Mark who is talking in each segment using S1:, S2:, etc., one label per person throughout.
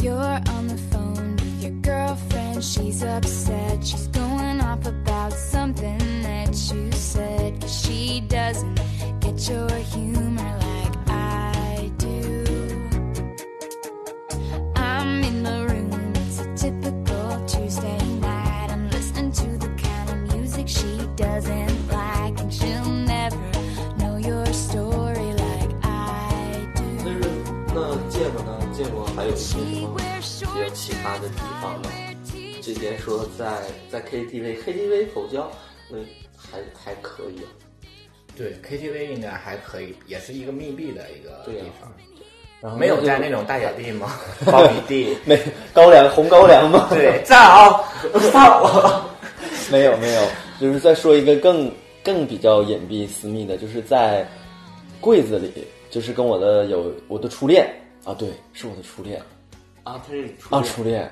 S1: You're on the phone with your girlfriend. She's upset. She's going off about something that you said. 'Cause she doesn't get your humor like I do. I'm in the room. It's a typical Tuesday night. I'm listening to the kind of music she doesn't like, and she'll never know your story like I do.
S2: 但是那见过呢？见过还有一些什么比较奇葩的地方呢？之前说在在 KTV，KTV 口交，那还还可以啊。
S3: 对 KTV 应该还可以，也是一个密闭的一个
S2: 对啊
S3: 地方，
S4: 然后
S3: 没有在那种大野地 吗？苞米 地，
S4: 没 高粱红高粱吗？
S3: 对，造造，
S4: 没有没有，就是再说一个更更比较隐蔽私密的，就是在柜子里，就是跟我的有我的初恋啊，对，是我的初恋
S2: 啊，他是你初
S4: 啊，
S2: 恋
S4: 初恋，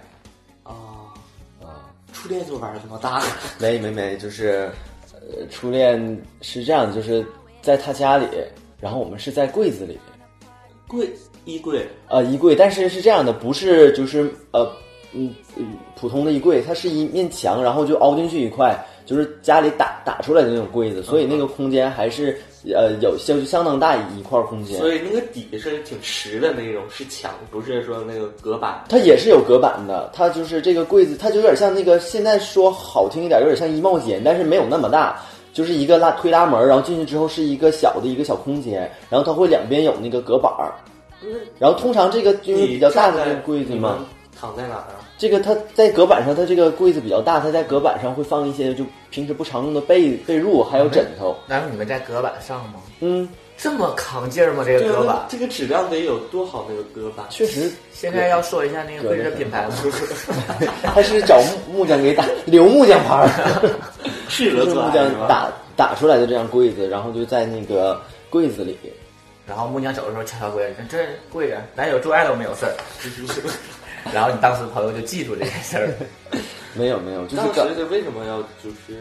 S4: 哦
S2: 啊初恋就玩这么大，
S4: 没没没，就是呃，初恋是这样的，就是在他家里，然后我们是在柜子里，
S2: 柜衣柜
S4: 呃，衣柜，但是是这样的，不是就是呃嗯嗯普通的衣柜，它是一面墙，然后就凹进去一块，就是家里打打出来的那种柜子，所以那个空间还是呃有相相当大一块空间，
S2: 所以那个底是挺实的那种，是墙，不是说那个隔板。
S4: 它也是有隔板的，它就是这个柜子，它就有点像那个现在说好听一点，有点像衣帽间，但是没有那么大，就是一个拉推拉门，然后进去之后是一个小的一个小空间，然后它会两边有那个隔板儿，然后通常这个因为比较大的那个柜子
S2: 你
S4: 嘛
S2: 们，躺在哪儿啊？
S4: 这个它在隔板上，它这个柜子比较大，它在隔板上会放一些就平时不常用的被被褥还有枕头，
S3: 难道你们在隔板上吗？
S4: 嗯，
S3: 这么扛劲儿吗？
S4: 啊
S3: 这个隔板？
S2: 这个质量得有多好？那个隔板
S4: 确实
S3: 现在要说一下那个会
S4: 隔
S3: 的
S4: 板
S3: 品牌吗？
S4: 它是找木木匠给打留木匠牌儿。
S2: 适合
S4: 就是
S2: 做
S4: 木
S2: 爱
S4: 匠
S2: 是吧
S4: 打打出来的这样柜子，然后就在那个柜子里，
S3: 然后木匠走的时候敲敲柜子，这哎柜 子男友做爱都没有事儿。 然后你当时朋友就记住这件事 儿，
S4: 没有没有，就是
S2: 当
S4: 搞
S2: 时是为什么要就是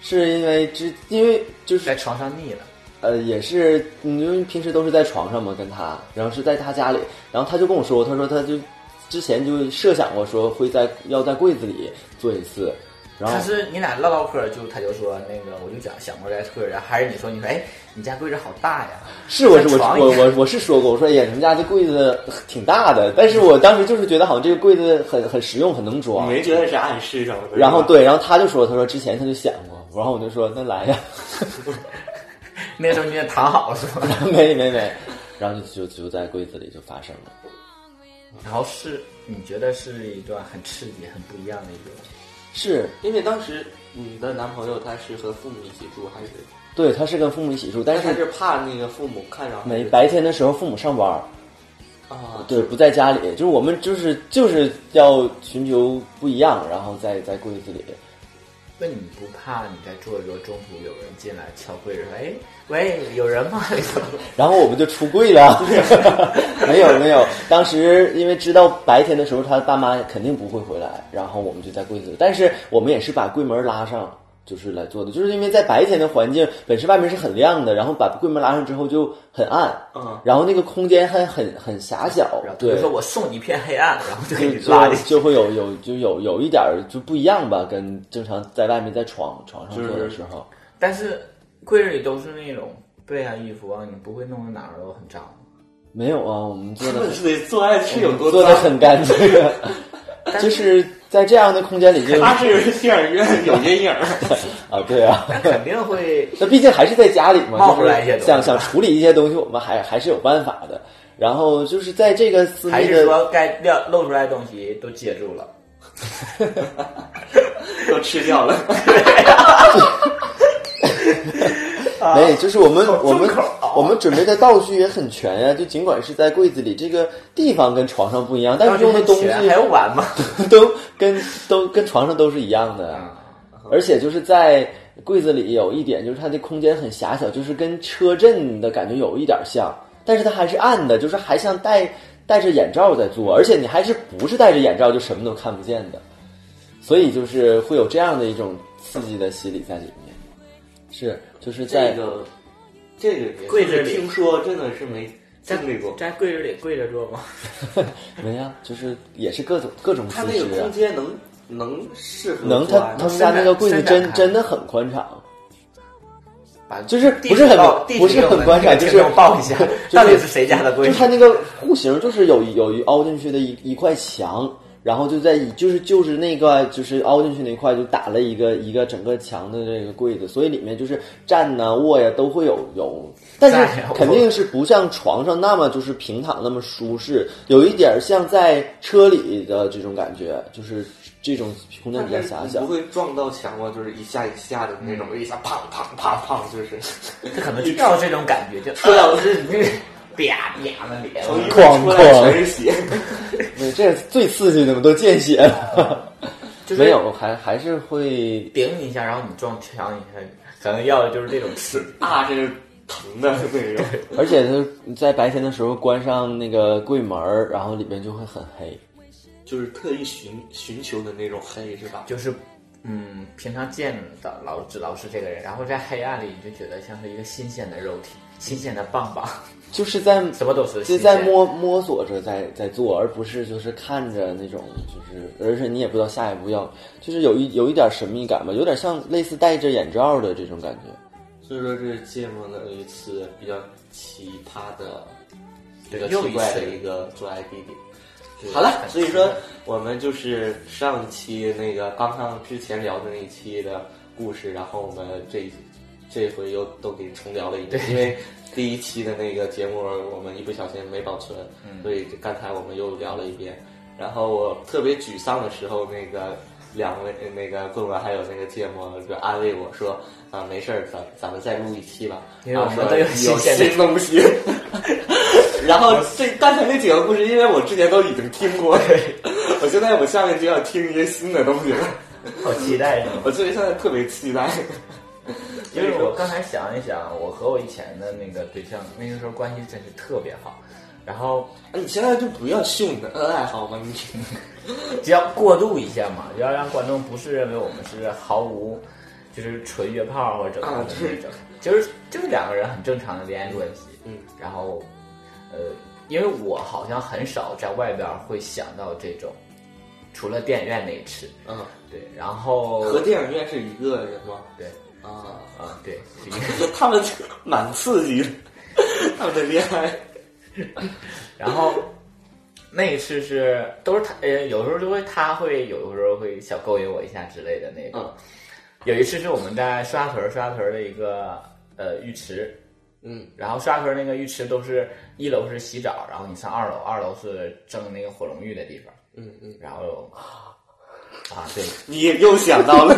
S4: 是因为之因为就是
S3: 在床上腻了。
S4: 呃也是，嗯因为平时都是在床上嘛，跟他，然后是在他家里，然后他就跟我说，他说他就之前就设想过说会在要在柜子里做一次，然后
S3: 但是你俩唠唠嗑儿，就他就说那个，我就讲想过这事儿，然后还是你说你说，哎，你家柜子好大呀？
S4: 是我是我
S3: 在床
S4: 我
S3: 一样
S4: 我我是说过，我说哎呀，你们家这柜子挺大的，但是我当时就是觉得好像这个柜子很很实用，很能装
S2: 你，没觉得是暗示什么的？
S4: 然后对，然后他就说，他说之前他就想过，然后我就说那来呀，
S3: 那时候你也躺好了是吧？
S4: 没没没，然后就就就在柜子里就发生了。
S3: 然后是你觉得是一段很刺激、很不一样的一个，
S4: 是
S2: 因为当时你的男朋友他是和父母一起住，还是
S4: 对，他是跟父母一起住，但
S2: 他
S4: 是
S2: 是怕那个父母看上
S4: 没白天的时候父母上班儿，
S2: 啊？
S4: 对，不在家里，就是我们就是就是要寻求不一样，然后在在柜子里，
S3: 那你不怕你在做着做中途有人进来敲柜子说，哎，喂，有人吗？
S4: 然后我们就出柜了。 没有没有，当时因为知道白天的时候他爸妈肯定不会回来，然后我们就在柜子里，但是我们也是把柜门拉上。就是来做的，就是因为在白天的环境本身外面是很亮的，然后把柜门拉上之后就很暗，
S2: 嗯
S4: 然后那个空间还很很狭小
S3: 然后，他
S4: 对
S3: 就，说我送你一片黑暗，然后就给你
S4: 就
S3: 拉进去。
S4: 就会有有就有有一点儿就不一样吧，跟正常在外面在床床上做的时候，
S3: 但是柜子里都是那种被啊、衣服啊，你不会弄得哪儿都很脏。
S4: 没有啊，我们做
S2: 他
S4: 的
S2: 们得嗯做爱是有多
S4: 做的
S2: 脏
S4: 很干 净，就是在这样的空间 里就
S2: 他
S4: 啊，
S2: 是电影院有阴影儿，
S4: 对啊，
S3: 但肯定 会
S4: 那毕竟还是在家里嘛，
S3: 冒出来一些东
S4: 就是
S3: 西
S4: 想想处理一些东西，我们还还是有办法的。然后就是在这个私
S3: 还
S4: 密
S3: 是
S4: 的，
S3: 说该亮露出来的东西都接住了。
S2: 都吃掉 了。
S4: 没，哎就是我们我们
S3: 啊口啊
S4: 我们准备的道具也很全呀、就尽管是在柜子里，这个地方跟床上不一样，但是用的东西
S3: 还嗯用 玩吗？
S4: 都跟都跟床上都是一样的。啊
S3: 啊
S4: 而且就是在柜子里有一点，就是它的空间很狭小，就是跟车震的感觉有一点像，但是它还是暗的，就是还像戴戴着眼罩在做，而且你还是不是戴着眼罩就什么都看不见的，所以就是会有这样的一种刺激的心理在里面。是，就是在
S2: 这个这个也是
S3: 柜子里
S2: 听说真的是没
S3: 在
S2: 经历过
S3: 在柜子里跪着做吗？
S4: 没呀，就是也是各种各种
S2: 他
S4: 姿
S2: 那个
S4: 势啊
S2: 空。间能能适合
S4: 能，
S2: 做
S4: 他
S2: 爱
S4: 他
S2: 吗
S4: 们家那个柜子
S3: 伸展
S4: 真
S3: 开
S4: 真的很宽敞，
S3: 把
S4: 就是
S3: 地
S4: 不是
S3: 址
S4: 很
S3: 报地
S4: 不
S3: 址
S4: 是
S3: 给我
S4: 很
S3: 们
S4: 观
S3: 那个
S4: 察就
S3: 听
S4: 是
S3: 众报一 下，
S4: 就
S3: 到底
S4: 是
S3: 是谁家的柜
S4: 就
S3: 子？
S4: 它那个户型就是有有一凹进去的一一块墙，然后就在以就是就是那个就是凹进去那块就打了一个一个整个墙的这个柜子，所以里面就是站呐、卧呀都会有有，但是
S3: 站呀卧
S4: 肯定是不像床上那么就是平躺那么舒适，有一点儿像在车里的这种感觉，就是这种空间比较狭
S2: 但是
S4: 小
S2: 你不。会撞到墙吗？就是一下一下的那种，一下砰砰砰砰，就是
S3: 他可能就要这种感觉，就呃
S2: 车钥匙
S3: 啪啪的脸。
S2: 从一出
S4: 哐
S2: 来 全是血。
S4: 对，这是最刺激的嘛，都见血了。
S3: 就是
S4: 没有，还还是会
S3: 顶你一下，然后你撞墙一下，可能要的就是这种刺激。
S2: 啊，这是疼的那种。
S4: 而且它在白天的时候关上那个柜门儿，然后里边就会很黑。
S2: 就是特意寻寻求的那种黑，是吧？
S3: 就是，嗯，平常见到老只老是这个人，然后在黑暗里你就觉得像是一个新鲜的肉体，新鲜的棒棒，
S4: 就是在
S3: 什么都是
S4: 就
S3: 新鲜。
S4: 在摸摸索着在在做，而不是就是看着那种，就是而且你也不知道下一步要，就是有一有一点神秘感吧，有点像类似戴着眼罩的这种感觉。
S2: 所以说，这芥末的一次比较奇葩的、比较
S3: 对又
S2: 奇
S3: 一
S2: 怪的
S3: 次
S2: 一个做爱地点。
S3: 对
S2: 好了，所以说我们就是上期那个刚刚之前聊的那一期的故事，然后我们这这回又都给重聊了一遍，因为第一期的那个节目我们一不小心没保存，
S3: 嗯
S2: 所以刚才我们又聊了一遍。然后我特别沮丧的时候，那个两位那个棍棍还有那个芥末就安慰我说啊，没事儿，咱咱们再录一期吧，
S3: 因为
S2: 然
S3: 我
S2: 后
S3: 们
S2: 说
S3: 都有
S2: 有
S3: 新鲜的
S2: 新东 西。然后这刚才那几个故事，因为我之前都已经听过，我现在我下面就要听一些新的东西了，
S3: 好期待 呢。
S2: 我所以现在特别期待。
S3: 因为我刚才想一想，我和我以前的那个对象，那个时候关系真是特别好。然后
S2: 哎你现在就不要秀你的恩爱好吗？你
S3: 只要过渡一下嘛，要让观众不是认为我们是毫无，就是纯约炮或者怎么
S2: 啊
S3: 样的那种，就是就是两个人很正常的恋爱关系。
S2: 嗯，
S3: 然后，呃，因为我好像很少在外边会想到这种，除了电影院那一次，
S2: 嗯，
S3: 对，然后
S2: 和电影院是一个人吗？
S3: 对
S2: 啊，
S3: 啊、对，是一个
S2: 他们 蛮刺激的，他们的恋爱。
S3: 然后那一次是都是他，呃，有时候就会他会有时候会小勾引我一下之类的那种。
S2: 嗯
S3: 有一次是我们在刷屯儿刷屯儿的一个呃浴池，
S2: 嗯
S3: 然后刷屯儿那个浴池都是一楼是洗澡，然后你上二楼，二楼是蒸那个火龙浴的地方，
S2: 嗯嗯，
S3: 然后啊对，
S2: 你又想到 了，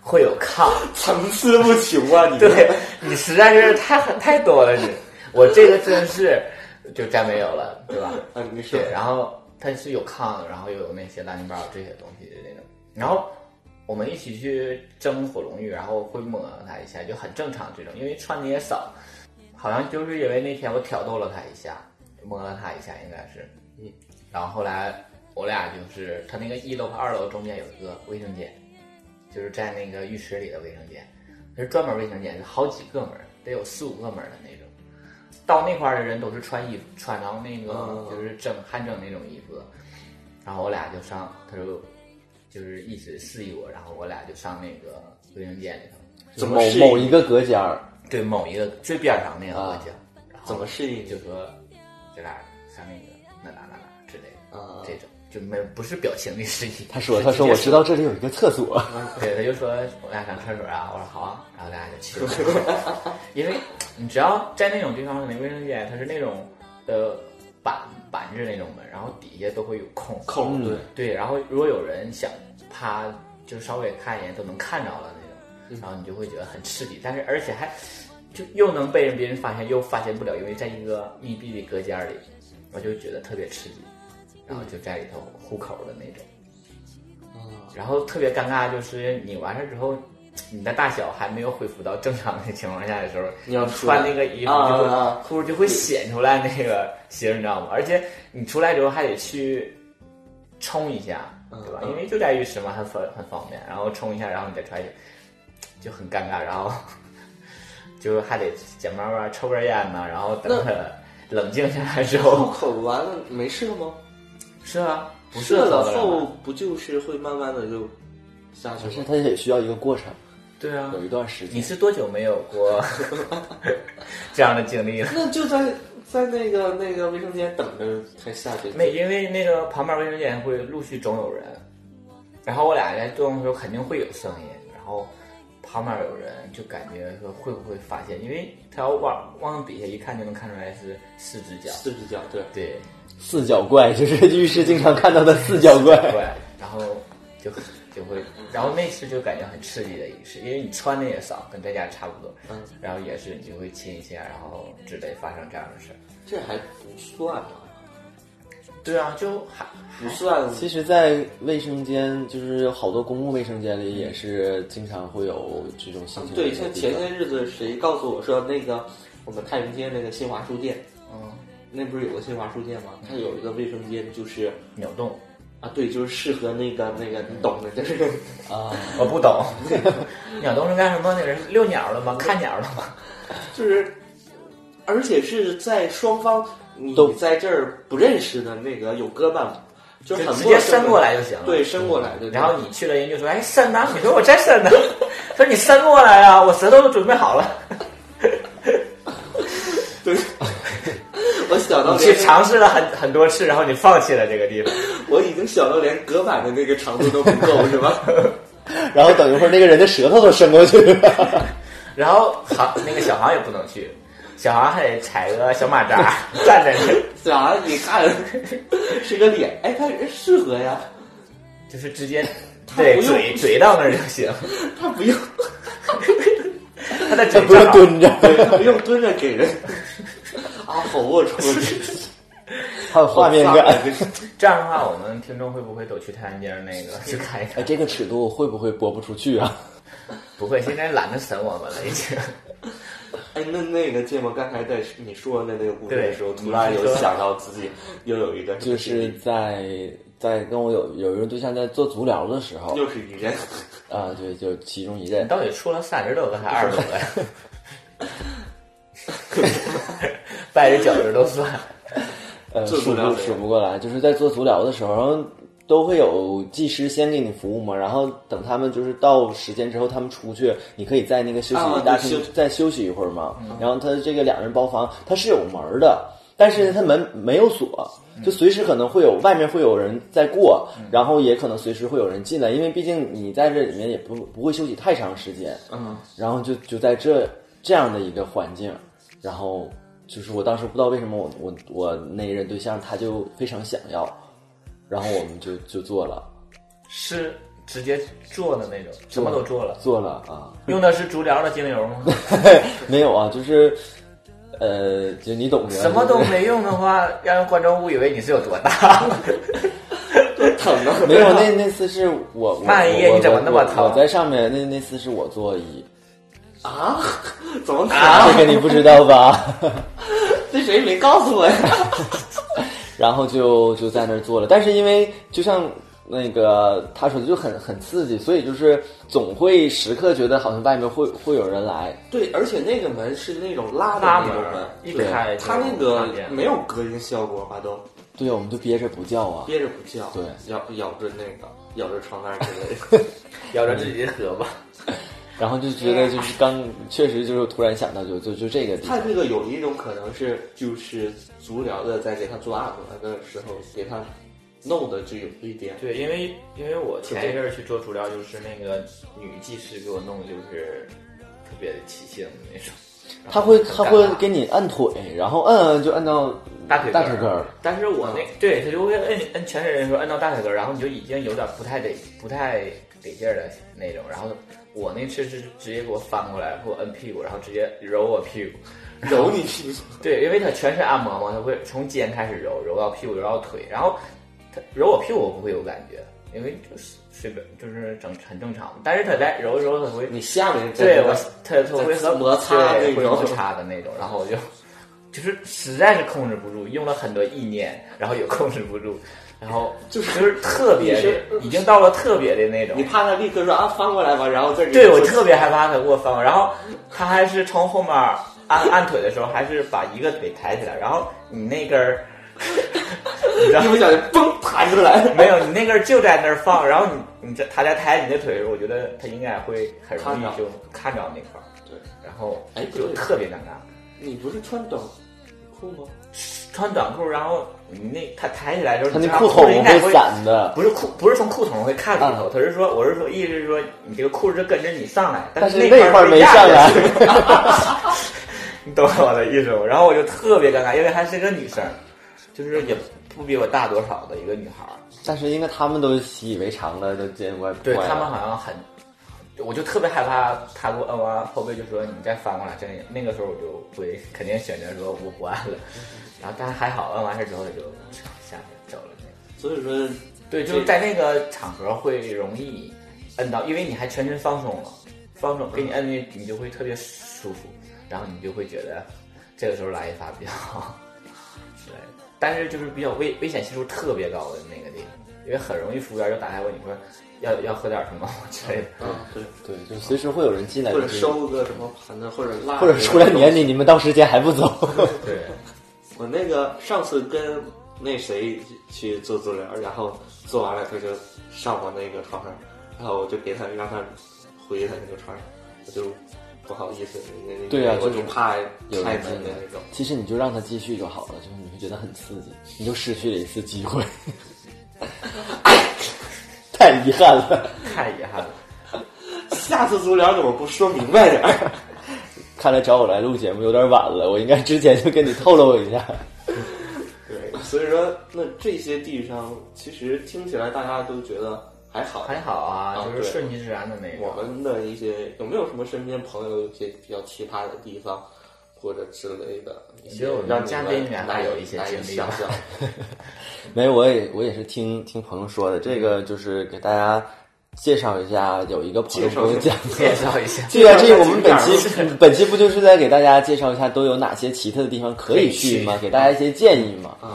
S3: 会有炕，
S2: 层次不穷啊！你
S3: 对你实在是太太多了你，我这个真是就再没有了，对吧？
S2: 啊，你说
S3: 对，然后它是有炕，然后又有那些乱七八糟这些东西的那种。然后我们一起去蒸火龙浴，然后会摸它一下，就很正常这种，因为穿的也少。好像就是因为那天我挑逗了他一下，摸了他一下，应该是，
S2: 嗯。
S3: 然后后来我俩就是，他那个一楼和二楼中间有一个卫生间，就是在那个浴池里的卫生间，是专门卫生间，是好几个门儿，得有四五个门儿的那种。到那块儿的人都是穿衣服，穿着那个
S2: 嗯
S3: 就是正汗蒸那种衣服，然后我俩就上，他就就是一直示意我，然后我俩就上那个卫生间里头，
S2: 怎么
S4: 某
S2: 适应
S4: 某一个隔间儿，
S3: 对某一个最边上那个
S4: 啊
S3: 隔间，然后
S2: 怎么适应
S3: 就说这俩像那个那哪哪哪之类的，
S2: 啊
S3: 这种就没不是表情的嗯示意。
S4: 他说他说我知，道这里有一个厕所，
S3: 对，他就说我俩上厕所啊，我说好啊，然后大家就去了。因为你只要在那种地方，那卫生间它是那种呃板板制那种门，然后底下都会有空
S2: 空
S4: 嗯
S2: 对，
S3: 对，然后如果有人想趴，就稍微看一眼都能看着了那种，然后你就会觉得很刺激，但是而且还就又能被人别人发现，又发现不了，因为在一个密闭的隔间里，我就觉得特别刺激，然后就在里头互口的那种，
S2: 啊，
S3: 然后特别尴尬就是你完事之后。你的大小还没有恢复到正常的情况下的时候，
S2: 你要出来
S3: 穿那个衣服
S2: 啊
S3: 就会
S2: 啊啊
S3: 裤就会显出来那个形儿，你知道吗？而且你出来之后还得去冲一下，对吧？
S2: 嗯嗯
S3: 因为就在浴池嘛，很方很方便。然后冲一下，然后你再穿一下，就 很尴尬。然后就还得捡包啊，抽根烟呐、然后等
S2: 那
S3: 等冷静下来之后，
S2: 户 口完了没事了吗？
S3: 是啊，不
S2: 设
S3: 合
S2: 了
S3: 了
S2: 后不就是会慢慢的就下去
S4: 但是
S2: 吗？
S4: 它也需要一个过程，
S3: 对啊
S4: 有，一段时
S3: 你
S4: 间。
S3: 是多久没有 过这样的经历了？
S2: 那就在在那个那个卫生间等着它下去。
S3: 没，因为那个旁边卫生间会陆续总有人，然后我俩在做梦的时候肯定会有声音，然后旁边有人就感觉说会不会发现，因为他要往往底下一看就能看出来是四只脚，
S2: 四只脚，对，
S3: 对，
S4: 四脚怪就是浴室经常看到的四脚怪。
S3: 对，然后就就会，然后那次就感觉很刺激的一次，因为你穿的也少，跟在家差不多，
S2: 嗯，
S3: 然后也是你就会亲一下，然后之类发生这样的事儿。
S2: 这还不算呢，
S3: 对啊，就还
S2: 不算。
S4: 其实，在卫生间，就是好多公共卫生间里，也是经常会有这种性行为
S2: 对，
S4: 的
S2: 像
S4: 地
S2: 前
S4: 方。
S2: 些日子谁告诉我说那个我们太平街那个新华书店，
S3: 嗯
S2: 那不是有个新华书店吗？它有一个卫生间，就是
S3: 扭动，
S2: 啊，对，就是适合那个那个你懂的，就是
S4: 啊，
S3: 我不懂， 鸟动是干什么的？是遛鸟的吗？看鸟的吗？
S2: 就是，而且是在双方你
S4: 都
S2: 在这儿不认识的那个有胳膊，就
S3: 就
S2: 很
S3: 直
S2: 陌生的
S3: 接伸过来就行了。嗯
S2: 对，伸过来的。
S3: 然后你去了，人就说：“哎，伸呐、你说我在伸呢。 他说：“你伸过来啊，我舌头都准备好了。
S2: 对，我想”到
S3: 你去
S2: 连
S3: 尝试了很很多次，然后你放弃了这个地方。
S2: 我已经想到连隔板的那个长度都不够，是 吧？
S4: 然后等一会儿，那个人的舌头都伸过去 了。
S3: 然后航那个小航也不能去，小航还得踩个小马 扎站在那儿，
S2: 咋？你看是个脸，哎，他人适合呀，
S3: 就是直接
S2: 他
S3: 对
S2: 不用
S3: 嘴嘴到那儿就 行，
S2: 他不 用，
S3: 他的嘴
S4: 不用
S3: 正好
S4: 蹲着，
S2: 对，他不用蹲着给人 啊好龌 龊，
S4: 还有画面 感。
S3: 这样的话，我们听众会不会都去太原街儿那 个去看一
S4: 哎，
S3: 看？
S4: 这个尺度会不会播不出去啊？
S3: 不会，现在懒得审我们了已经。
S2: 哎，那那个芥末刚才在你说的那个故事的时候，
S3: 对
S2: 突然
S3: 你
S2: 有
S3: 说
S2: 想到自己又有一个，
S4: 就是在在跟我有有一个对象在做足疗的时 候，
S2: 又是一人，
S4: 啊，对，就其中一任
S3: 你到底出了三十多个还是二十多个呀？ 掰着脚趾头算，
S4: 呃，
S2: 做足
S4: 数
S2: 疗
S4: 不
S2: 的人
S4: 数不过来，就是在做足疗的时候，然后都会有技师先给你服务嘛，然后等他们就是到时间之后，他们出去，你可以在那个休
S2: 啊
S4: 息大
S2: 对
S4: 厅
S2: 休
S4: 再休息一会儿嘛。然后他这个两人包房，它是有门儿的，但是它门没有锁，就随时可能会有外面会有人在过，然后也可能随时会有人进来，因为毕竟你在这里面也不不会休息太长时间。
S2: 嗯，
S4: 然后就就在这这样的一个环境，然后就是我当时不知道为什么我我我那任对象他就非常想要，然后我们就就做了
S3: 是直接做的那嗯种，什么都做了。
S4: 做了啊，
S3: 用的是足疗的精油吗？
S4: 没有啊，就是呃，就你懂的，
S3: 什么都没用的话，让观众误以为你是有多大。
S2: 疼啊！
S4: 没有。那那次是我我
S3: 慢一夜
S4: 我
S3: 你怎么那么疼
S4: 我我在上面那那次是我座椅，
S2: 啊，怎么疼？
S3: 啊
S4: 这个你不知道吧？
S2: 这谁没告诉我呀？
S4: 然后就就在那儿做了。但是因为就像那个他说的，就很很刺激，所以就是总会时刻觉得好像外面会会有人来。
S2: 对，而且那个门是那种拉的
S3: 拉
S2: 那
S3: 门
S2: 种
S3: 儿
S2: 门，
S3: 一
S2: 对
S3: 开就
S2: 它那个
S3: 看见
S2: 没有隔音效果吧，都
S4: 对，我们就憋着不叫啊。
S2: 憋着不叫，
S4: 对
S2: 咬咬着那个咬着床单之类 的。
S3: 咬着自己的胳膊，
S4: 然后就觉得就是刚，确实就是突然想到就就就这个地
S2: 他
S4: 方，
S2: 这个有一种可能是就是足疗的在给他做按摩的时候给他弄的就有一点，
S3: 对，因为因为我前一阵儿去做足疗，就是那个女技师给我弄，的就是特别的起性的那种。
S4: 他会
S2: 嗯
S4: 他会给
S3: 你
S4: 你按腿，然后摁摁就按到
S3: 大腿
S4: 大腿根儿
S3: 儿，，但是我那对他就会摁摁全身的时候摁到大腿根儿，然后你就已经有点不太得不太得劲儿的那种。然后我那次是直接给我翻过来，给我摁屁股，然后直接揉我屁股。
S2: 揉你屁股，
S3: 对，因为他全身按摩嘛，他会从肩开始揉，揉到屁股，揉到腿，然后他揉我屁股我不会有感觉，因为就是随便就是整很正常。但是他在揉揉他会，
S2: 你下面在
S3: 对
S2: 那
S3: 我
S2: 个
S3: 他他会和
S2: 摩擦
S3: 对
S2: 那
S3: 会
S2: 种
S3: 摩擦的那种，然后我就就是实在是控制不住，用了很多意念，然后也控制不住，然后
S2: 就是
S3: 就是特别的
S2: 你是
S3: 已经到了特别的那种
S2: 你，怕他立刻说啊翻过来吧，然后再给
S3: 对
S2: 你
S3: 我
S2: 做
S3: 特别害怕他给我翻过来，然后他还是从后面按按腿的时候，还是把一个腿抬起来，然后你那根儿， 你知道
S2: 一不小心嘣弹出来，
S3: 没有，你那根儿就在那儿放，然后你你这他在抬你的腿，我觉得他应该会很容
S2: 看
S3: 易
S2: 着
S3: 就看着那块儿，
S2: 对，
S3: 然后
S2: 哎不
S3: 就
S2: 对
S3: 特别尴尬。
S2: 你不是穿短裤吗？
S3: 穿短裤，然后你那他抬起来的时
S4: 他
S3: 候，
S4: 那
S3: 你
S4: 裤
S3: 知道
S4: 筒
S3: 应该会
S4: 会散嗯的，
S3: 不是裤，不是从裤筒会看里头，他是说，我是说，意思是说，你这个裤子是跟着你上来，
S4: 但
S3: 但
S4: 是
S3: 那
S4: 那块儿
S3: 是
S4: 没
S3: 压
S4: 上
S3: 着
S4: 来
S3: 的， 你懂我的意思吗？然后我就特别尴尬，因为还是个女生，就是也不比我大多少的一个女孩儿，
S4: 但是应该他们都习以为常了，都见怪不啊
S3: 对
S4: 怪
S3: 他们
S4: 了。
S3: 好像很，我就特别害怕她给我摁完后背就说你再翻过来，真的那个时候我就会肯定选择说我不按了，然后但是还好摁完事之后就下去走了那个。
S2: 所以说，
S3: 对，就是在那个场合会容易摁到，因为你还全身放松了，放松给你摁进去，你就会特别舒服，然后你就会觉得这个时候来一发比较 好。对，但是就是比较危危险系数特别高的那个地方，因为很容易服务员就打开问你说要要喝点什么之类的。
S2: 嗯，对，
S4: 对，就随时会有人进来，
S2: 或者
S4: 就是
S2: 收个什么盘子，或者辣，
S4: 或者出来撵你，你们到时间还不走。
S3: 对，
S2: 我那个上次跟那谁去做足疗，然后做完了他就上我那个床上，然后我就给他让他回他那个床上，我就不好意思，那那
S4: 对啊
S2: 我
S4: 就
S2: 就是怕
S4: 有
S2: 太难
S4: 人进
S2: 的
S4: 来
S2: 那种。
S4: 其实你就让他继续就好了，就是你会觉得很刺激，你就失去了一次机会， 太遗憾了。
S3: 太遗憾了。
S2: 下次足疗怎么不说明白点儿？
S4: 看来找我来录节目有点晚了，我应该之前就跟你透露一下。
S2: 对， 所以说那这些地方其实听起来大家都觉得还好。
S3: 还好啊，就
S2: 啊对
S3: 是顺其自然的那
S2: 我
S3: 种。
S2: 们的一些有没有什么身边朋友有一些比较奇葩的地方，或者之类的一些
S3: 觉得我，们
S2: 让你
S3: 嘉
S2: 们
S3: 宾俩
S2: 难以
S3: 有一些
S2: 难以
S3: 经历
S2: 想
S3: 吧
S2: 象。
S4: 没，我也我也是听听朋友说的，这个就是给大家介绍一下，有一个朋友
S2: 介绍
S4: 跟我
S2: 一下
S4: 讲
S3: 介绍一下，
S4: 对啊，
S2: 介
S4: 这
S2: 绍一下
S4: 个我们本
S2: 景
S4: 期本期不就是在给大家介绍一下都有哪些奇特的地方可以去吗？
S3: 可以去
S4: 给大家一些建议嘛。
S2: 嗯，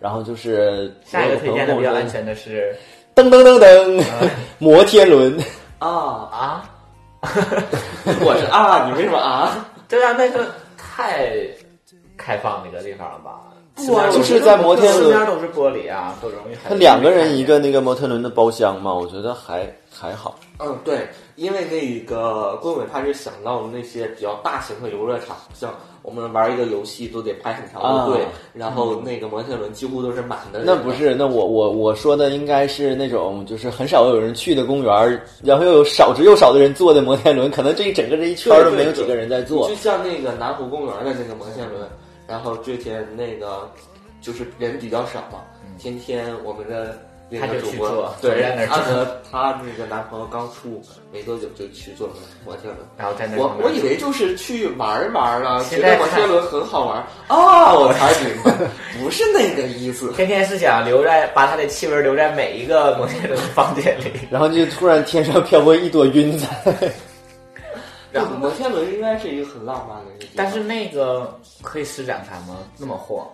S4: 然后就是
S3: 下一个推荐的
S4: 我
S3: 比
S4: 有
S3: 较
S4: 朋友
S3: 安全的是
S4: 跟我说，噔噔噔噔，摩天 轮。
S2: 啊，
S3: 啊，
S2: 我是啊，你为什么啊？
S3: 对啊，那个太开放那个地方了吧？
S2: 不啊
S4: 就是在摩天
S3: 四面
S4: 轮，
S3: 都是玻璃啊，不容易很。
S4: 它两个人一个那个摩天轮的包厢嘛，我觉得还还好。
S2: 嗯，对，因为那个郭伟他是想到那些比较大型的游乐场，像我们玩一个游戏都得排很长的队，
S4: 啊
S2: 然后那个摩天轮几乎都是满的人。
S4: 那不是，那我我我说的应该是那种就是很少有人去的公园，然后又有少之又少的人坐的摩天轮，可能这一整个这一圈
S2: 对
S4: 都
S2: 对
S4: 没有
S2: 对
S4: 几个人在坐
S2: 就。像那个南湖公园的那个摩天轮，然后之前那个就是人比较少嘛，
S4: 嗯
S2: 天天我们的那
S3: 他
S2: 个
S3: 就
S2: 主
S3: 去
S2: 播
S3: 做
S2: 对
S3: 在那儿
S2: 阿
S3: 做
S2: 德她那个男朋友刚出没多久就去坐了摩天轮。
S3: 然后在那
S2: 我
S3: 旁边
S2: 我以为就是去玩玩啊，觉
S3: 现在
S2: 得摩天轮很好玩啊，我才明白，不是那个意 思。
S3: 天天是想留在把它的气味留在每一个摩天轮房间里，
S4: 然后就突然天上飘过一朵云彩，
S2: 然后摩天轮应该是一个很浪漫的一个地方，
S3: 但是那个可以施展开吗？那么晃，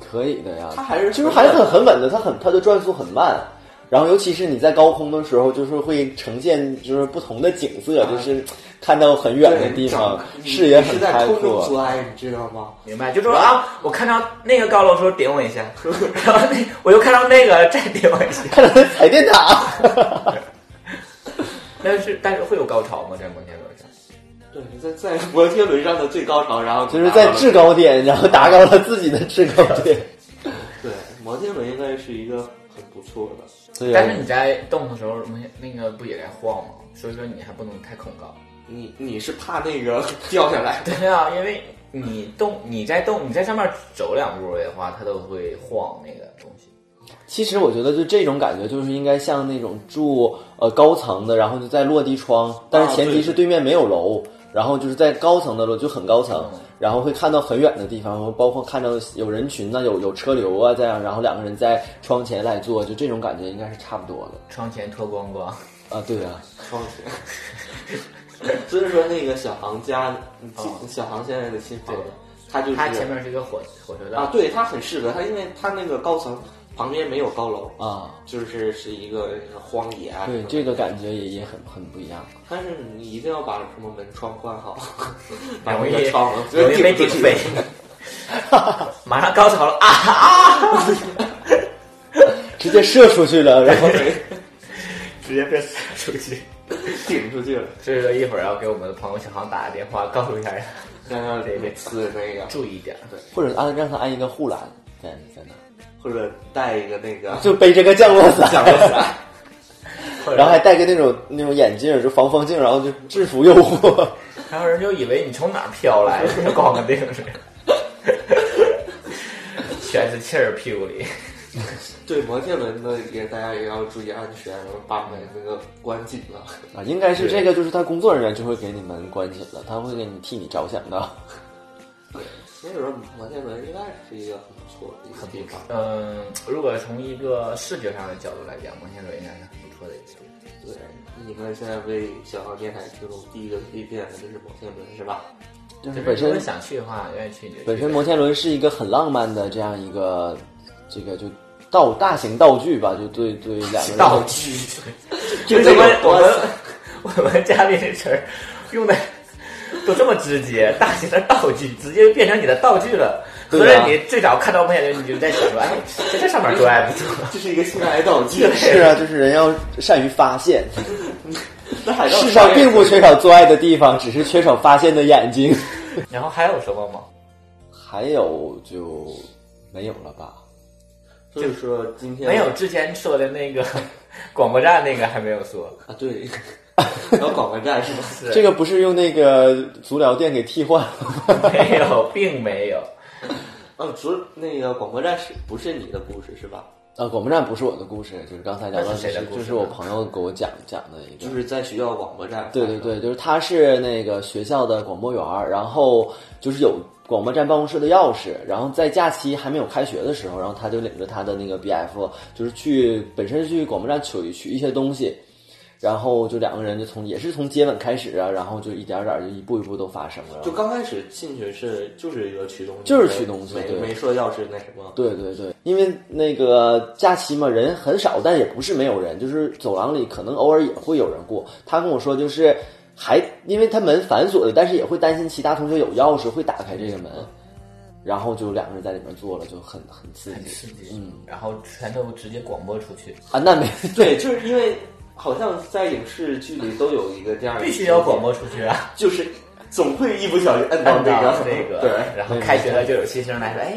S4: 可以的呀。
S2: 它还是
S4: 就是还很很稳的，它很它的转速很慢。然后，尤其是你在高空的时候，就是会呈现就是不同的景色，就是看到很远的地方，
S2: 啊对
S4: 视野
S2: 你
S4: 很
S2: 是在
S4: 开
S2: 空中
S4: 阔。
S2: 做爱，你知道吗？
S3: 明白？就说啊，我看到那个高楼的时候顶我一 下，然后那我又看到那个再顶我一下，
S4: 看到它踩电塔，
S3: 但是但是会有高潮吗？在摩天轮上？
S2: 对，在在 摩天轮上的最高潮，然后
S4: 就是在制高点，然后达到了自己的制高点。
S2: 对摩天轮应该是一个很不错的，
S4: 对呀
S3: 但是你在动的时候，摩天那个不也在晃吗？所以说你还不能太恐高。
S2: 你你是怕那个 掉下来？
S3: 对啊，因为
S2: 嗯
S3: 你动，你在动，你在上面走两步的话，它都会晃那个东西。
S4: 其实我觉得就这种感觉，就是应该像那种住呃高层的，然后就在落地窗，但是前提是对面没有楼，然后就是在高层的楼就很高层，然后会看到很远的地方，包括看到有人群呐、有有车流啊这样，然后两个人在窗前来坐，就这种感觉应该是差不多的
S3: 窗前脱光光，
S4: 啊，对啊，
S2: 双鞋。所以说那个小航家，嗯
S3: 哦
S2: 小航现在的新房子，他就是啊
S3: 它前面是一个火火车道，
S2: 啊，对他很适合他，因为他那个高层旁边没有高楼，
S4: 啊，
S2: 就是是一个那个荒野啊。
S4: 对，这个感觉也也很很不一样。
S2: 但是你一定要把什么门窗关好，把
S3: 容
S2: 那
S3: 易
S2: 个窗户
S3: 容易被顶飞。 马上高潮了啊！
S4: 直接射出去了，然后
S3: 直接被甩出去。
S2: 顶出去了。
S3: 所以说一会儿要给我们的朋友小航打个电话，告诉一下他，
S2: 让让每次那个，
S3: 注意一点。
S4: 或者安让他安一个护栏在在那，
S2: 或者带一个那个
S4: 就背着个降落伞，
S2: 降落伞，
S3: 或者
S4: 然后还戴个那种那种眼镜儿，就防风镜，然后就制服诱惑。
S3: 还有人就以为你从哪儿飘来的，光个腚似 全是气儿屁股里。
S2: 对摩天轮的也大家也要注意安全，然后把门那个关紧了。
S4: 啊，应该是这个，就是他工作人员就会给你们关紧了，他会给你替你着想的。
S2: 所以说摩天轮应该是一个很不错的一个地方。
S3: 嗯，如果从一个视觉上的角度来讲，摩天轮应该是很不错的一个。
S2: 对，你们现在为小号电台听众第一个推荐的就是摩天轮是吧？
S4: 就是
S3: 对
S4: 本
S3: 如果
S4: 身
S3: 想去的话，愿意去就去。
S4: 本身摩天轮是一个很浪漫的这样一个这个就道大型道具吧，就对对两个人
S3: 道 具，
S2: 就
S3: 为
S2: 这
S3: 什
S2: 个
S3: 么我
S2: 我
S3: 们我们嘉宾这词儿用的都这么直接？大型的道具直接变成你的道具了。合
S4: 对啊
S3: 着你最早看到摩天轮，你就在想说，哎，在这上面做爱不 错。
S2: 这是一个性爱道 具，
S4: 是啊，就是人要善于发现，
S2: 那海盗
S4: 世上 并不缺少做爱的地方，只是缺少发现的眼睛。
S3: 然后还有什么吗？
S4: 还有就没有了吧？
S2: 所以说今天
S3: 没有之前说的那个广播站那个还没有说，
S2: 啊， 对，然后广播站是吧？
S3: 对
S4: 这个不是用那个足疗垫给替换了吗？
S3: 没有，并没有。
S2: 哦，除了那个广播站是不是你的故事是吧？
S4: 啊，广播站不是我的故事，就是刚才聊到
S3: 那是谁的
S4: 就是
S3: 故事呢
S4: 就是我朋友给我讲讲的一个，
S2: 就是在学校广播站，
S4: 对对，对，就是他是那个学校的广播员儿，然后就是有广播站办公室的钥匙，然后在假期还没有开学的时候，然后他就领着他的那个 BF，就是去本身是去广播站取取一些东西，然后就两个人就从也是从接吻开始啊，然后就一点儿点儿就一步一步都发生了，然后
S2: 就刚开始进去是就是一个驱动机，
S4: 就是驱动机
S2: 没
S4: 对
S2: 没说要是那什么，
S4: 对对对，因为那个假期嘛，人很少，但也不是没有人，就是走廊里可能偶尔也会有人过。他跟我说，就是还因为他门反锁的，但是也会担心其他同学有钥匙会打开这个门，然后就两个人在里面坐了，就很很刺
S3: 很
S4: 激
S3: 刺激，嗯，然后全都直接广播出去，
S4: 啊。那没
S2: 对，就是因为好像在影视剧里都有一个这样的，
S3: 必须要广，播出去啊！
S2: 就是总会一不小心摁到
S3: 按
S2: 那
S3: 照
S2: 个
S3: 这个，
S2: 对，
S3: 然后开学了就有新生来说，哎，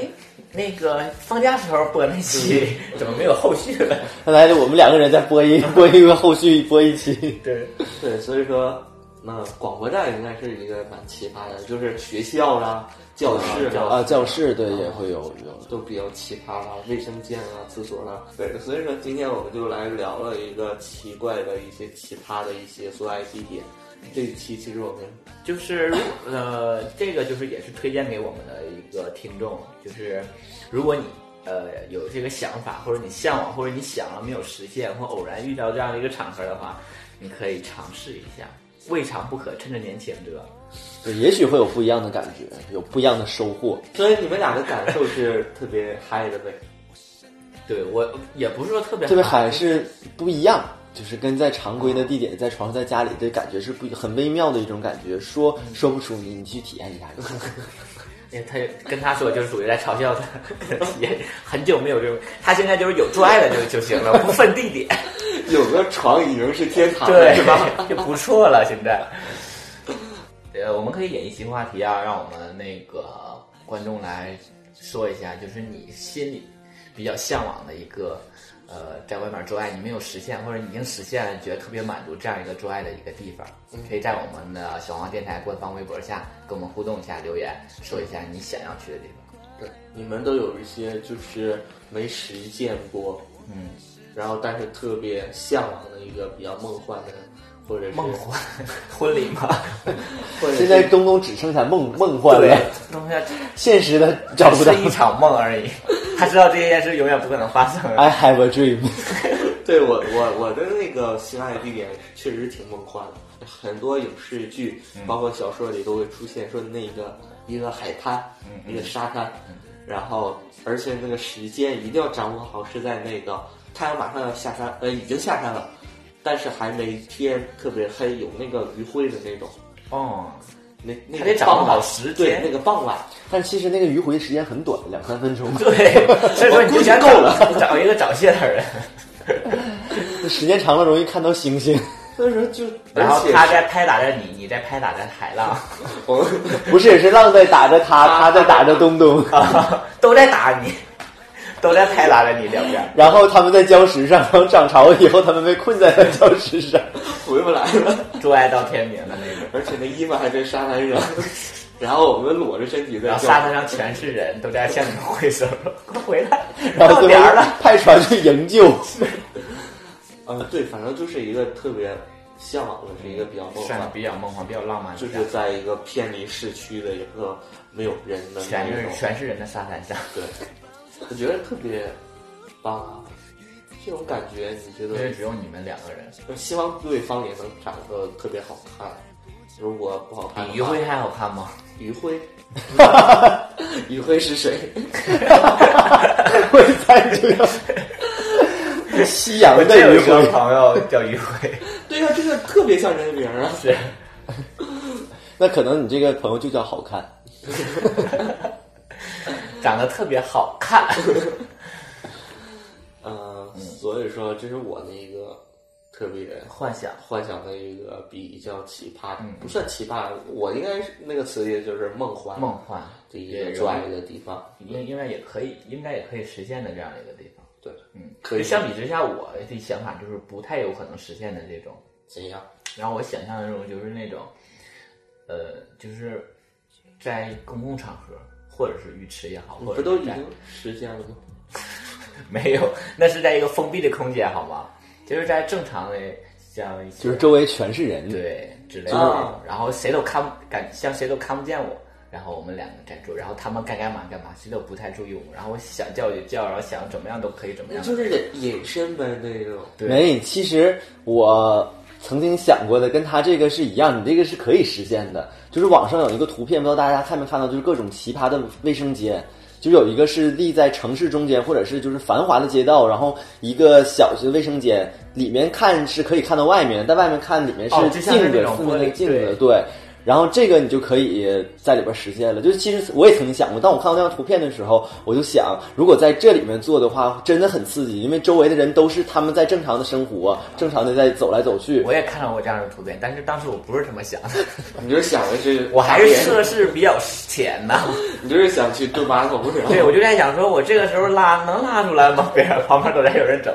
S3: 那个放假时候播那期怎么没有后续了？
S4: 看来我们两个人再播一 播一个后续播一期，
S3: 对，
S2: 对，所以说，那广播站应该是一个蛮奇葩的，就是学校啦、教室啦
S4: 啊，教室对也会有有
S2: 都比较奇葩啦，卫生间啊、厕所啦。对，所以说今天我们就来聊了一个奇怪的一些奇葩的一些做爱地点。这一期其实我们
S3: 就是如呃，这个就是也是推荐给我们的一个听众，就是如果你呃有这个想法，或者你向往，或者你想了没有实现，或偶然遇到这样的一个场合的话，你可以尝试一下，未尝不可，趁着年轻，对吧？
S4: 对，也许会有不一样的感觉，有不一样的收获。
S2: 所以你们俩的感受是特别嗨的呗？
S3: 对我也不是说特别
S4: 特别嗨是不一样，就是跟在常规的地点、在床上、在家里的感觉是不一很微妙的一种感觉，说
S2: 嗯
S4: 说不出你，你去体验一下就行。
S3: 因为他跟他说就是属于在嘲笑他， 也很久没有这种，他现在就是有做爱了就就行了，不分地点，
S2: 有个床已经是天堂了，
S3: 对
S2: 是吧？，
S3: 啊 就不错了。现在， 呃，我们可以演一期话题啊，让我们那个观众来说一下，就是你心里比较向往的一个，呃，在外面做爱你没有实现，或者你已经实现了，觉得特别满足这样一个做爱的一个地方，可以在我们的小黄电台官方微博下跟我们互动一下，留言说一下你想要去的地方。
S2: 对，你们都有一些就是没实践过，
S3: 嗯。
S2: 然后但是特别向往的一个比较梦幻的，或者是
S3: 梦幻 婚礼吗？
S2: 或者是
S4: 现在东东只剩下梦梦幻了，
S3: 弄下
S4: 现实的找不到
S3: 是。一场梦而已。 他知道这件事永远不可能发生。
S4: I have a dream，
S2: 对我我我的那个性爱地点确实挺梦幻的，很多影视
S3: 嗯嗯
S2: 剧包括小说里都会出现说那个一个海滩，一个沙滩，然后而且那个时间一定要掌握好，是在那个太阳马上要下山，呃，已经下山了，但是还没天特别黑，有那个余晖的那种，
S3: 哦，
S2: 那那
S3: 还得
S2: 个
S3: 掌握
S2: 傍晚
S3: 好时
S2: 对，
S3: 间
S2: 那个傍晚，
S4: 但其实那个迂回时间很短，两三 分钟，
S3: 对，所以说你
S4: 我估
S3: 就
S4: 计
S3: 想
S4: 够了
S3: 找 找一个早泄的人，
S4: 时间长了容易看到星星。
S2: 所以说就
S3: 然
S2: 而
S3: 后
S2: 且
S3: 他在拍打着你，你在拍打着海浪，
S2: 我们
S4: 不是，是浪在打着他，他在打着东 东，
S3: 啊都在打你，都在拍打着你，两边。
S4: 然后他们在礁石上，然后涨潮以后，他们被困在了礁石上。
S2: 回不来了。
S3: 做爱到天明的那种，
S2: 而且那衣服还真沙滩 上，然后我们裸着身体在
S3: 然
S2: 叫
S3: 后沙滩上全是人，都在向你们挥手，快回来，
S4: 然后
S3: 到
S4: 最
S3: 点
S4: 后
S3: 儿了。
S4: 派船去营救。
S2: 嗯，对，反正就是一个特别向往的，是一个比较梦
S3: 算
S2: 幻
S3: 了，，比较梦幻，比较浪漫，
S2: 就是在一个偏离市区的一个没有人的
S3: 全
S2: 那
S3: 是
S2: 种，
S3: 全是人的沙滩上，
S2: 对，我觉得特别棒啊！这种感觉，你觉
S3: 就
S2: 得？
S3: 是只有你们两个人，
S2: 就希望对方也能长得特别好看。如果不好看
S3: 比
S2: 的
S3: 余
S2: 话，
S3: 晖还好看吗？
S2: 余 晖，余晖是谁？
S4: 我一猜就要 夕阳
S3: 我
S4: 的
S3: 这有
S4: 余
S3: 一个
S4: 晖。
S3: 朋友叫余晖，
S2: 对呀、这个特别像人名啊！
S3: 是
S4: 那可能你这个朋友就叫好看。
S3: 长得特别好看，
S2: 呃，所以说这是我的一个特别
S3: 幻想
S2: 幻想的一个比较奇葩，
S3: 嗯
S2: 不算奇葩，我应该是那个词也就是梦幻
S3: 梦幻，
S2: 的一个专业的地方。
S3: 应应该也可以，应该也可以实现的这样的一个地方。
S2: 对，
S3: 嗯，
S2: 可以
S3: 相比之下，我的想法就是不太有可能实现的这种。
S2: 怎样？
S3: 然后我想象的那种就是那种，呃，就是在公共场合或者是浴池也好，或
S2: 不
S3: 者
S2: 都
S3: 是
S2: 已
S3: 在
S2: 经实现了吗？
S3: 没有，那是在一个封闭的空间，好吗？就是在正常的像一些
S4: 就是周围全是人，
S3: 对之类的
S2: 就
S3: 那
S2: 是
S3: 种，然后谁都看不感像谁都看不见我，然后我们两个在做，然后他们该干嘛干嘛，谁都不太注意我们，然后我想叫就叫，然后想怎么样都可以怎么
S2: 那
S3: 样，
S2: 就是隐隐身呗那种。
S3: 对
S4: 没。其实我曾经想过的，跟他这个是一样，你这个是可以实现的。就是网上有一个图片，不知道大家看没看到，就是各种奇葩的卫生间。就有一个是立在城市中间，或者是就是繁华的街道，然后一个小的卫生间，里面看是可以看到外面，但外面看里面
S3: 哦
S4: 是
S3: 就像是
S4: 镜子
S3: 那，种
S4: 四面的
S3: 玻璃
S4: 镜子，
S3: 对
S4: 对，然后这个你就可以在里边实现了。就是其实我也曾经想过，当我看到那张图片的时候，我就想，如果在这里面做的话，真的很刺激，因为周围的人都是他们在正常的生活，正常的在走来走去
S3: 我。也看到过这样的图片，但是当时我不是这么想的，
S2: 你就是想的是，
S3: 我还是涉世比较浅 呐。
S2: 你就是想去蹲马桶，然
S3: 对，
S2: 后
S3: 我就在想说，我这个时候拉能拉出来吗？别人旁边都在有人整。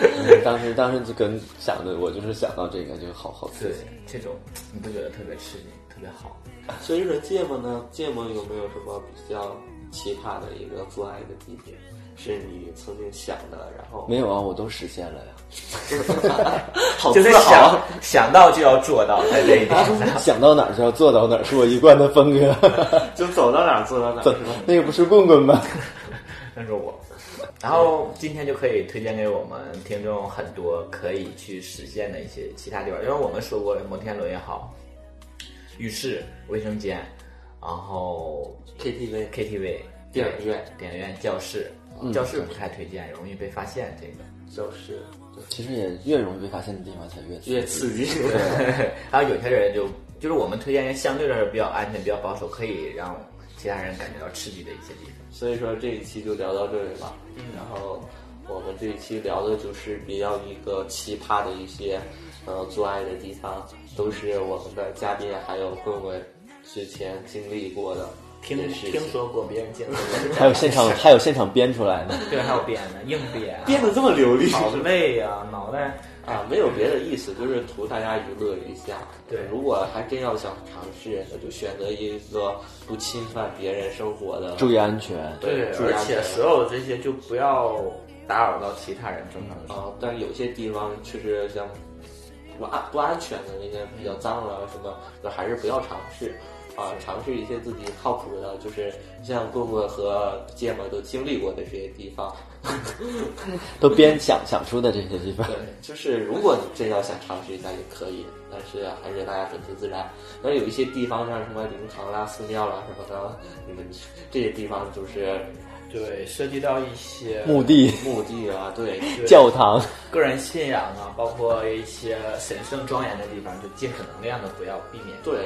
S4: 嗯 当时当时就跟想的，我就是想到这个就好好刺
S3: 对
S4: 激。，
S3: 这种你不觉得特别刺激，特别好？
S2: 所以说芥末呢，芥末有没有什么比较奇葩的一个做爱的地点？是你曾经想的，然后
S4: 没有啊，我都实现了呀。
S2: 好
S3: 就是
S2: 自豪啊
S3: 想想到就要做到，在这一点上。
S4: 想到哪儿就要做到哪儿，是我一贯的风格。
S2: 就走到哪儿坐到哪儿，是吧？
S4: 那个不是棍棍吗？
S3: 那是我。然后今天就可以推荐给我们听众很多可以去实现的一些其他地方，因为我们说过摩天轮也好，浴室、卫生间，然后
S2: KTV
S3: KTV、
S2: 电影院、
S3: 电影院、嗯教室，啊教室不太推荐，容易被发现。这 个，
S2: 就是
S4: 其实也越容易被发现的地方才越
S2: 越刺激。
S3: 还有有些人就就是我们推荐一些相对来说比较安全、比较保守，可以让其他人感觉到刺激的一些地方。
S2: 所以说这一期就聊到这里吧。然后我们这一期聊的就是比较一个奇葩的一些呃做爱的地方，都是我们的嘉宾还有棍棍之前经历过的
S3: 听
S2: 一些事情。
S3: 听说过别人 经历过，
S4: 还有现场还有现场编出来的。
S3: 对，还有编的硬啊 编，
S2: 变得这么流利
S3: 脑子累呀、脑袋。
S2: 啊，没有别的意思，就是图大家娱乐一下。
S3: 对
S2: 如果还真要想尝试，那就选择一个不侵犯别人生活的。
S4: 注意安全。
S3: 对，
S2: 注意
S3: 而
S2: 安
S3: 且
S2: 全
S3: 所有这些就不要打扰到其他人正常的生活。
S2: 啊，但有些地方确实像不安不安全的那些比较脏了啊什么，那还是不要尝试啊，尝试一些自己靠谱的，就是像棍棍和芥末都经历过的这些地方。
S4: 都编想想出的这些地 方
S2: 对。，就是如果你真要想尝试一下也可以，但是啊还是大家粉饰自然。那有一些地方，像什么灵堂啦、寺庙啦什么的，你们这些地方就是
S3: 对，涉及到一些
S4: 墓地、
S2: 墓地啊，对，
S3: 对
S4: 教堂，
S3: 个人信仰啊，包括一些神圣庄严的地方，就尽可能量的不要避免。
S2: 对，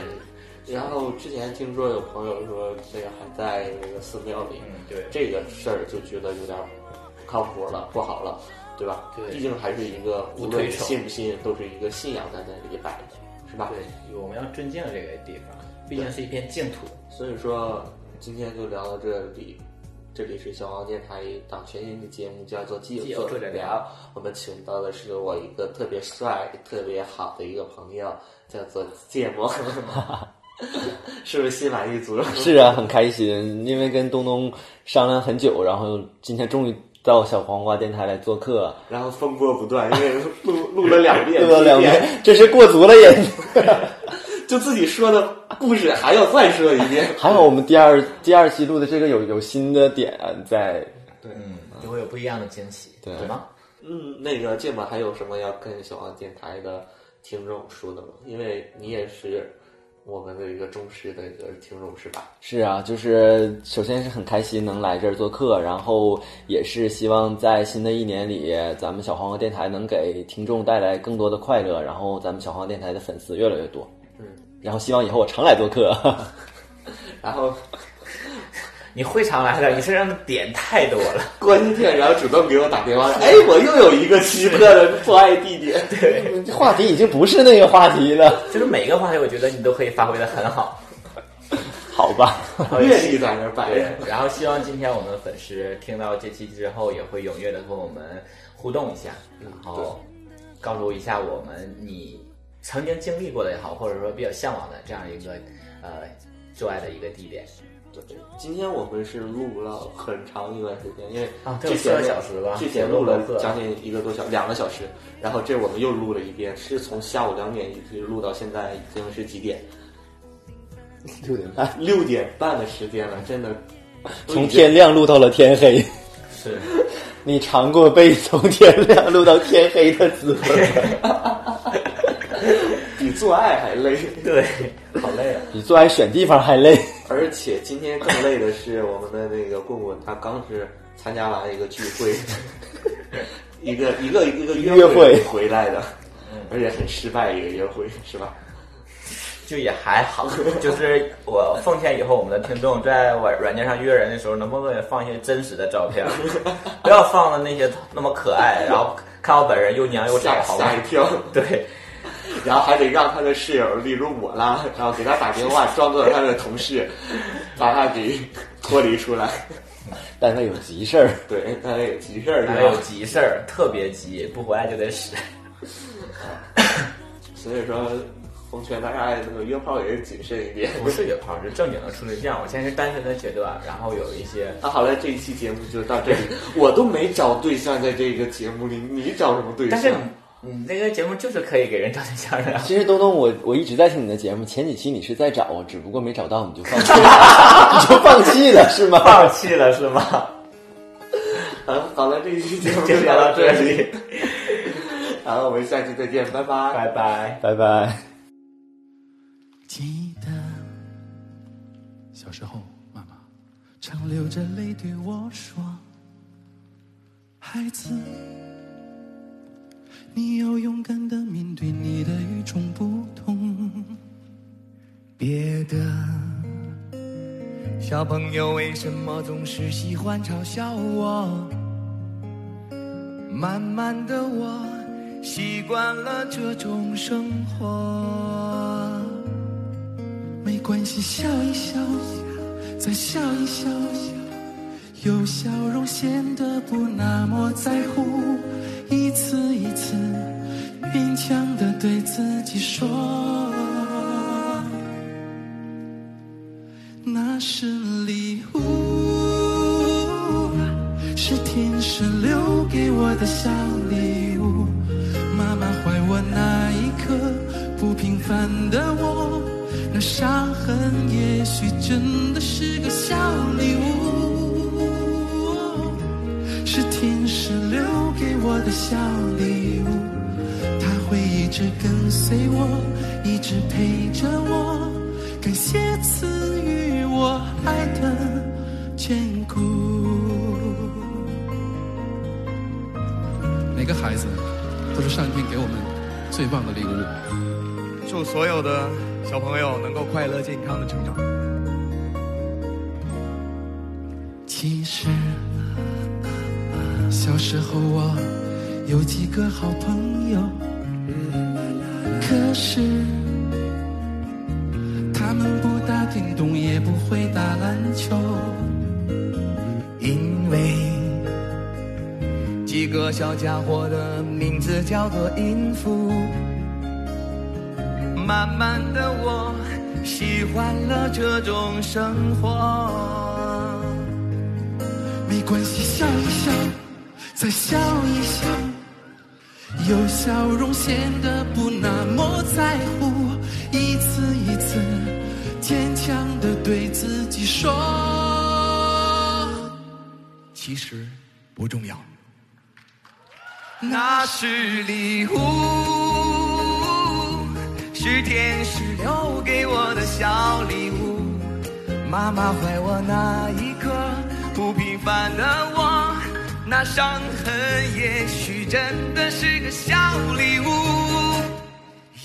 S2: 然后之前听说有朋友说这个还在那个寺庙里，
S3: 嗯，对，
S2: 这个事儿就觉得有点不靠谱了，不好了，对吧？
S3: 对
S2: 毕竟还是一个
S3: 不
S2: 无论
S3: 推崇
S2: 信不信，都是一个信仰在那里摆着，是吧？
S3: 对，我们要尊敬这个地方，毕竟是一片净土。
S2: 所以说今天就聊到这里。这里是小王电台一档全新的节目，叫做《基友
S3: 基友
S2: 坐
S3: 坐
S2: 着
S3: 着聊
S2: 聊》。我们请到的是我一个特别帅、特别好的一个朋友，叫做芥 末， 是不是心满意足了？
S4: 是啊，很开心，因为跟东东商量很久，然后今天终于到小黄瓜电台来做客，
S2: 然后风波不断，因为录录了两遍，
S4: 录了两
S2: 第一
S4: 遍，真是过足了瘾。
S2: 就自己说的故事还要再说一 遍。
S4: 还好我们第二第二期录的这个有有新的点在，
S3: 嗯，就会有不一样的惊喜，
S4: 对
S3: 吗？
S2: 嗯，那个芥末还有什么要跟小王电台的听众说的吗？因为你也是我们的一个忠实的一个听众是吧？
S4: 是啊，就是首先是很开心能来这儿做客，然后也是希望在新的一年里，咱们小黄瓜电台能给听众带来更多的快乐，然后咱们小黄瓜电台的粉丝越来越多。
S2: 嗯，
S4: 然后希望以后我常来做客。
S2: 然后
S3: 你会常来的，你身上的点太多了。
S2: 关键然后主动给我打电话，哎，我又有一个奇特的破爱地 点。
S3: 对，
S4: 这话题已经不是那个话题了，
S3: 就是每个话题，我觉得你都可以发挥的很好。
S4: 好吧？
S2: 阅历在那儿摆
S3: 对
S2: 着，，
S3: 然后希望今天我们的粉丝听到这期之后，也会踊跃的跟我们互动一下，然后告诉一下我们你曾经经历过的也好，或者说比较向往的这样一个呃做爱的一个地点
S2: 对今天我们是录了很长一段时间，因为
S3: 啊对
S2: 之前
S3: 四个小时吧
S2: 之前录了
S3: 录了
S2: 将近一个多小时，两个小时，然后这我们又录了一遍，是从下午两点一直录到现在已经是几点？
S4: 六点半，
S2: 六点半的时间了，真的
S4: 从天亮录到了天黑，
S3: 是。
S4: 你尝过被从天亮录到天黑的滋味。
S2: 比做爱还累。
S3: 对，好累啊！
S4: 比做爱选地方还累。
S2: 而且今天更累的是，我们的那个棍棍，他刚是参加完一个聚会， 一个一个一个
S4: 约会
S2: 会回来的，而且很失败一个约会，是吧？
S3: 就也还好，就是我奉劝以后我们的听众，在软软件上约人的时候，能不能也放一些真实的照片，啊不要放的那些那么可爱，然后看我本人又娘又
S2: 吓
S3: 傻，好吗
S2: 吓？一跳，
S3: 对，
S2: 然后还得让他的室友，例如我啦，然后给他打电话，装作他的同 事，把他给脱离出来。
S4: 单位有急事儿，
S2: 对，那也急事儿，是吧
S3: 还有急事儿，特别急，不回来就得死。
S2: 所以说，奉劝大家那个约炮也是谨慎一点。
S3: 不是约炮，是正经的处对象。我现在是单身的阶段，然后有一些
S2: 那、好了，这一期节目就到这里。 我都没找对象，在这个节目里，你找什么对象？
S3: 但是你你那个节目就是可以给人找对象的，
S4: 其实东东我，我一直在听你的节目，前几期你是在找我，只不过没找到，你就放弃 了，你就放弃了是吗？
S3: 放弃了是吗？
S2: 嗯，好了，这一期节目
S3: 就
S2: 就
S3: 聊到
S2: 到
S3: 这
S2: 这
S3: 里
S2: 里。，好，我们下期再见，拜拜。
S3: 拜拜。
S4: 拜拜。
S5: 记得小时候，妈妈常流着泪对我说：“孩子，你要勇敢的面对你的与众不同，别的。”小朋友为什么总是喜欢嘲笑我？慢慢的我习惯了这种生活。没关系，笑一笑，再笑一笑，有笑容显得不那么在乎。一次一次，勉强的对自己说，那是礼物，是天使留给我的小礼物。妈妈怀我那一刻，不平凡的我，那伤痕也许真的是个小礼物，是天使留给我的小礼物，它会一直跟随我，一直陪着我。感谢赐予我爱的坚固。每个孩子都是上天给我们最棒的礼物。
S6: 祝所有的小朋友能够快乐健康的成长。
S5: 其实，小时候我有几个好朋友，可是他们不打电动，也不会打篮球，
S6: 因为几个小家伙的名字叫做音符。慢慢的我喜欢了这种生活。
S5: 没关系，笑一笑，再笑一笑，有笑容显得不那么在乎。一次一次，坚强的对自己说，
S6: 其实不重要，那是礼物，是天使留给我的小礼物。妈妈怀我那一刻，不平凡的我，那伤痕也许真的是个小礼物。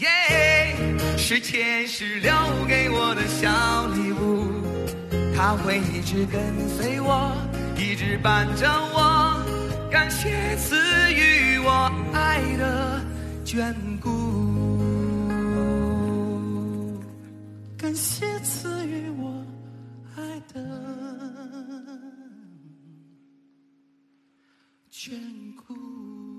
S6: 耶、是天使留给我的小礼物。它会一直跟随我，一直伴着我。感谢赐予我爱的眷顾。
S5: 感谢赐予我爱的眷顾。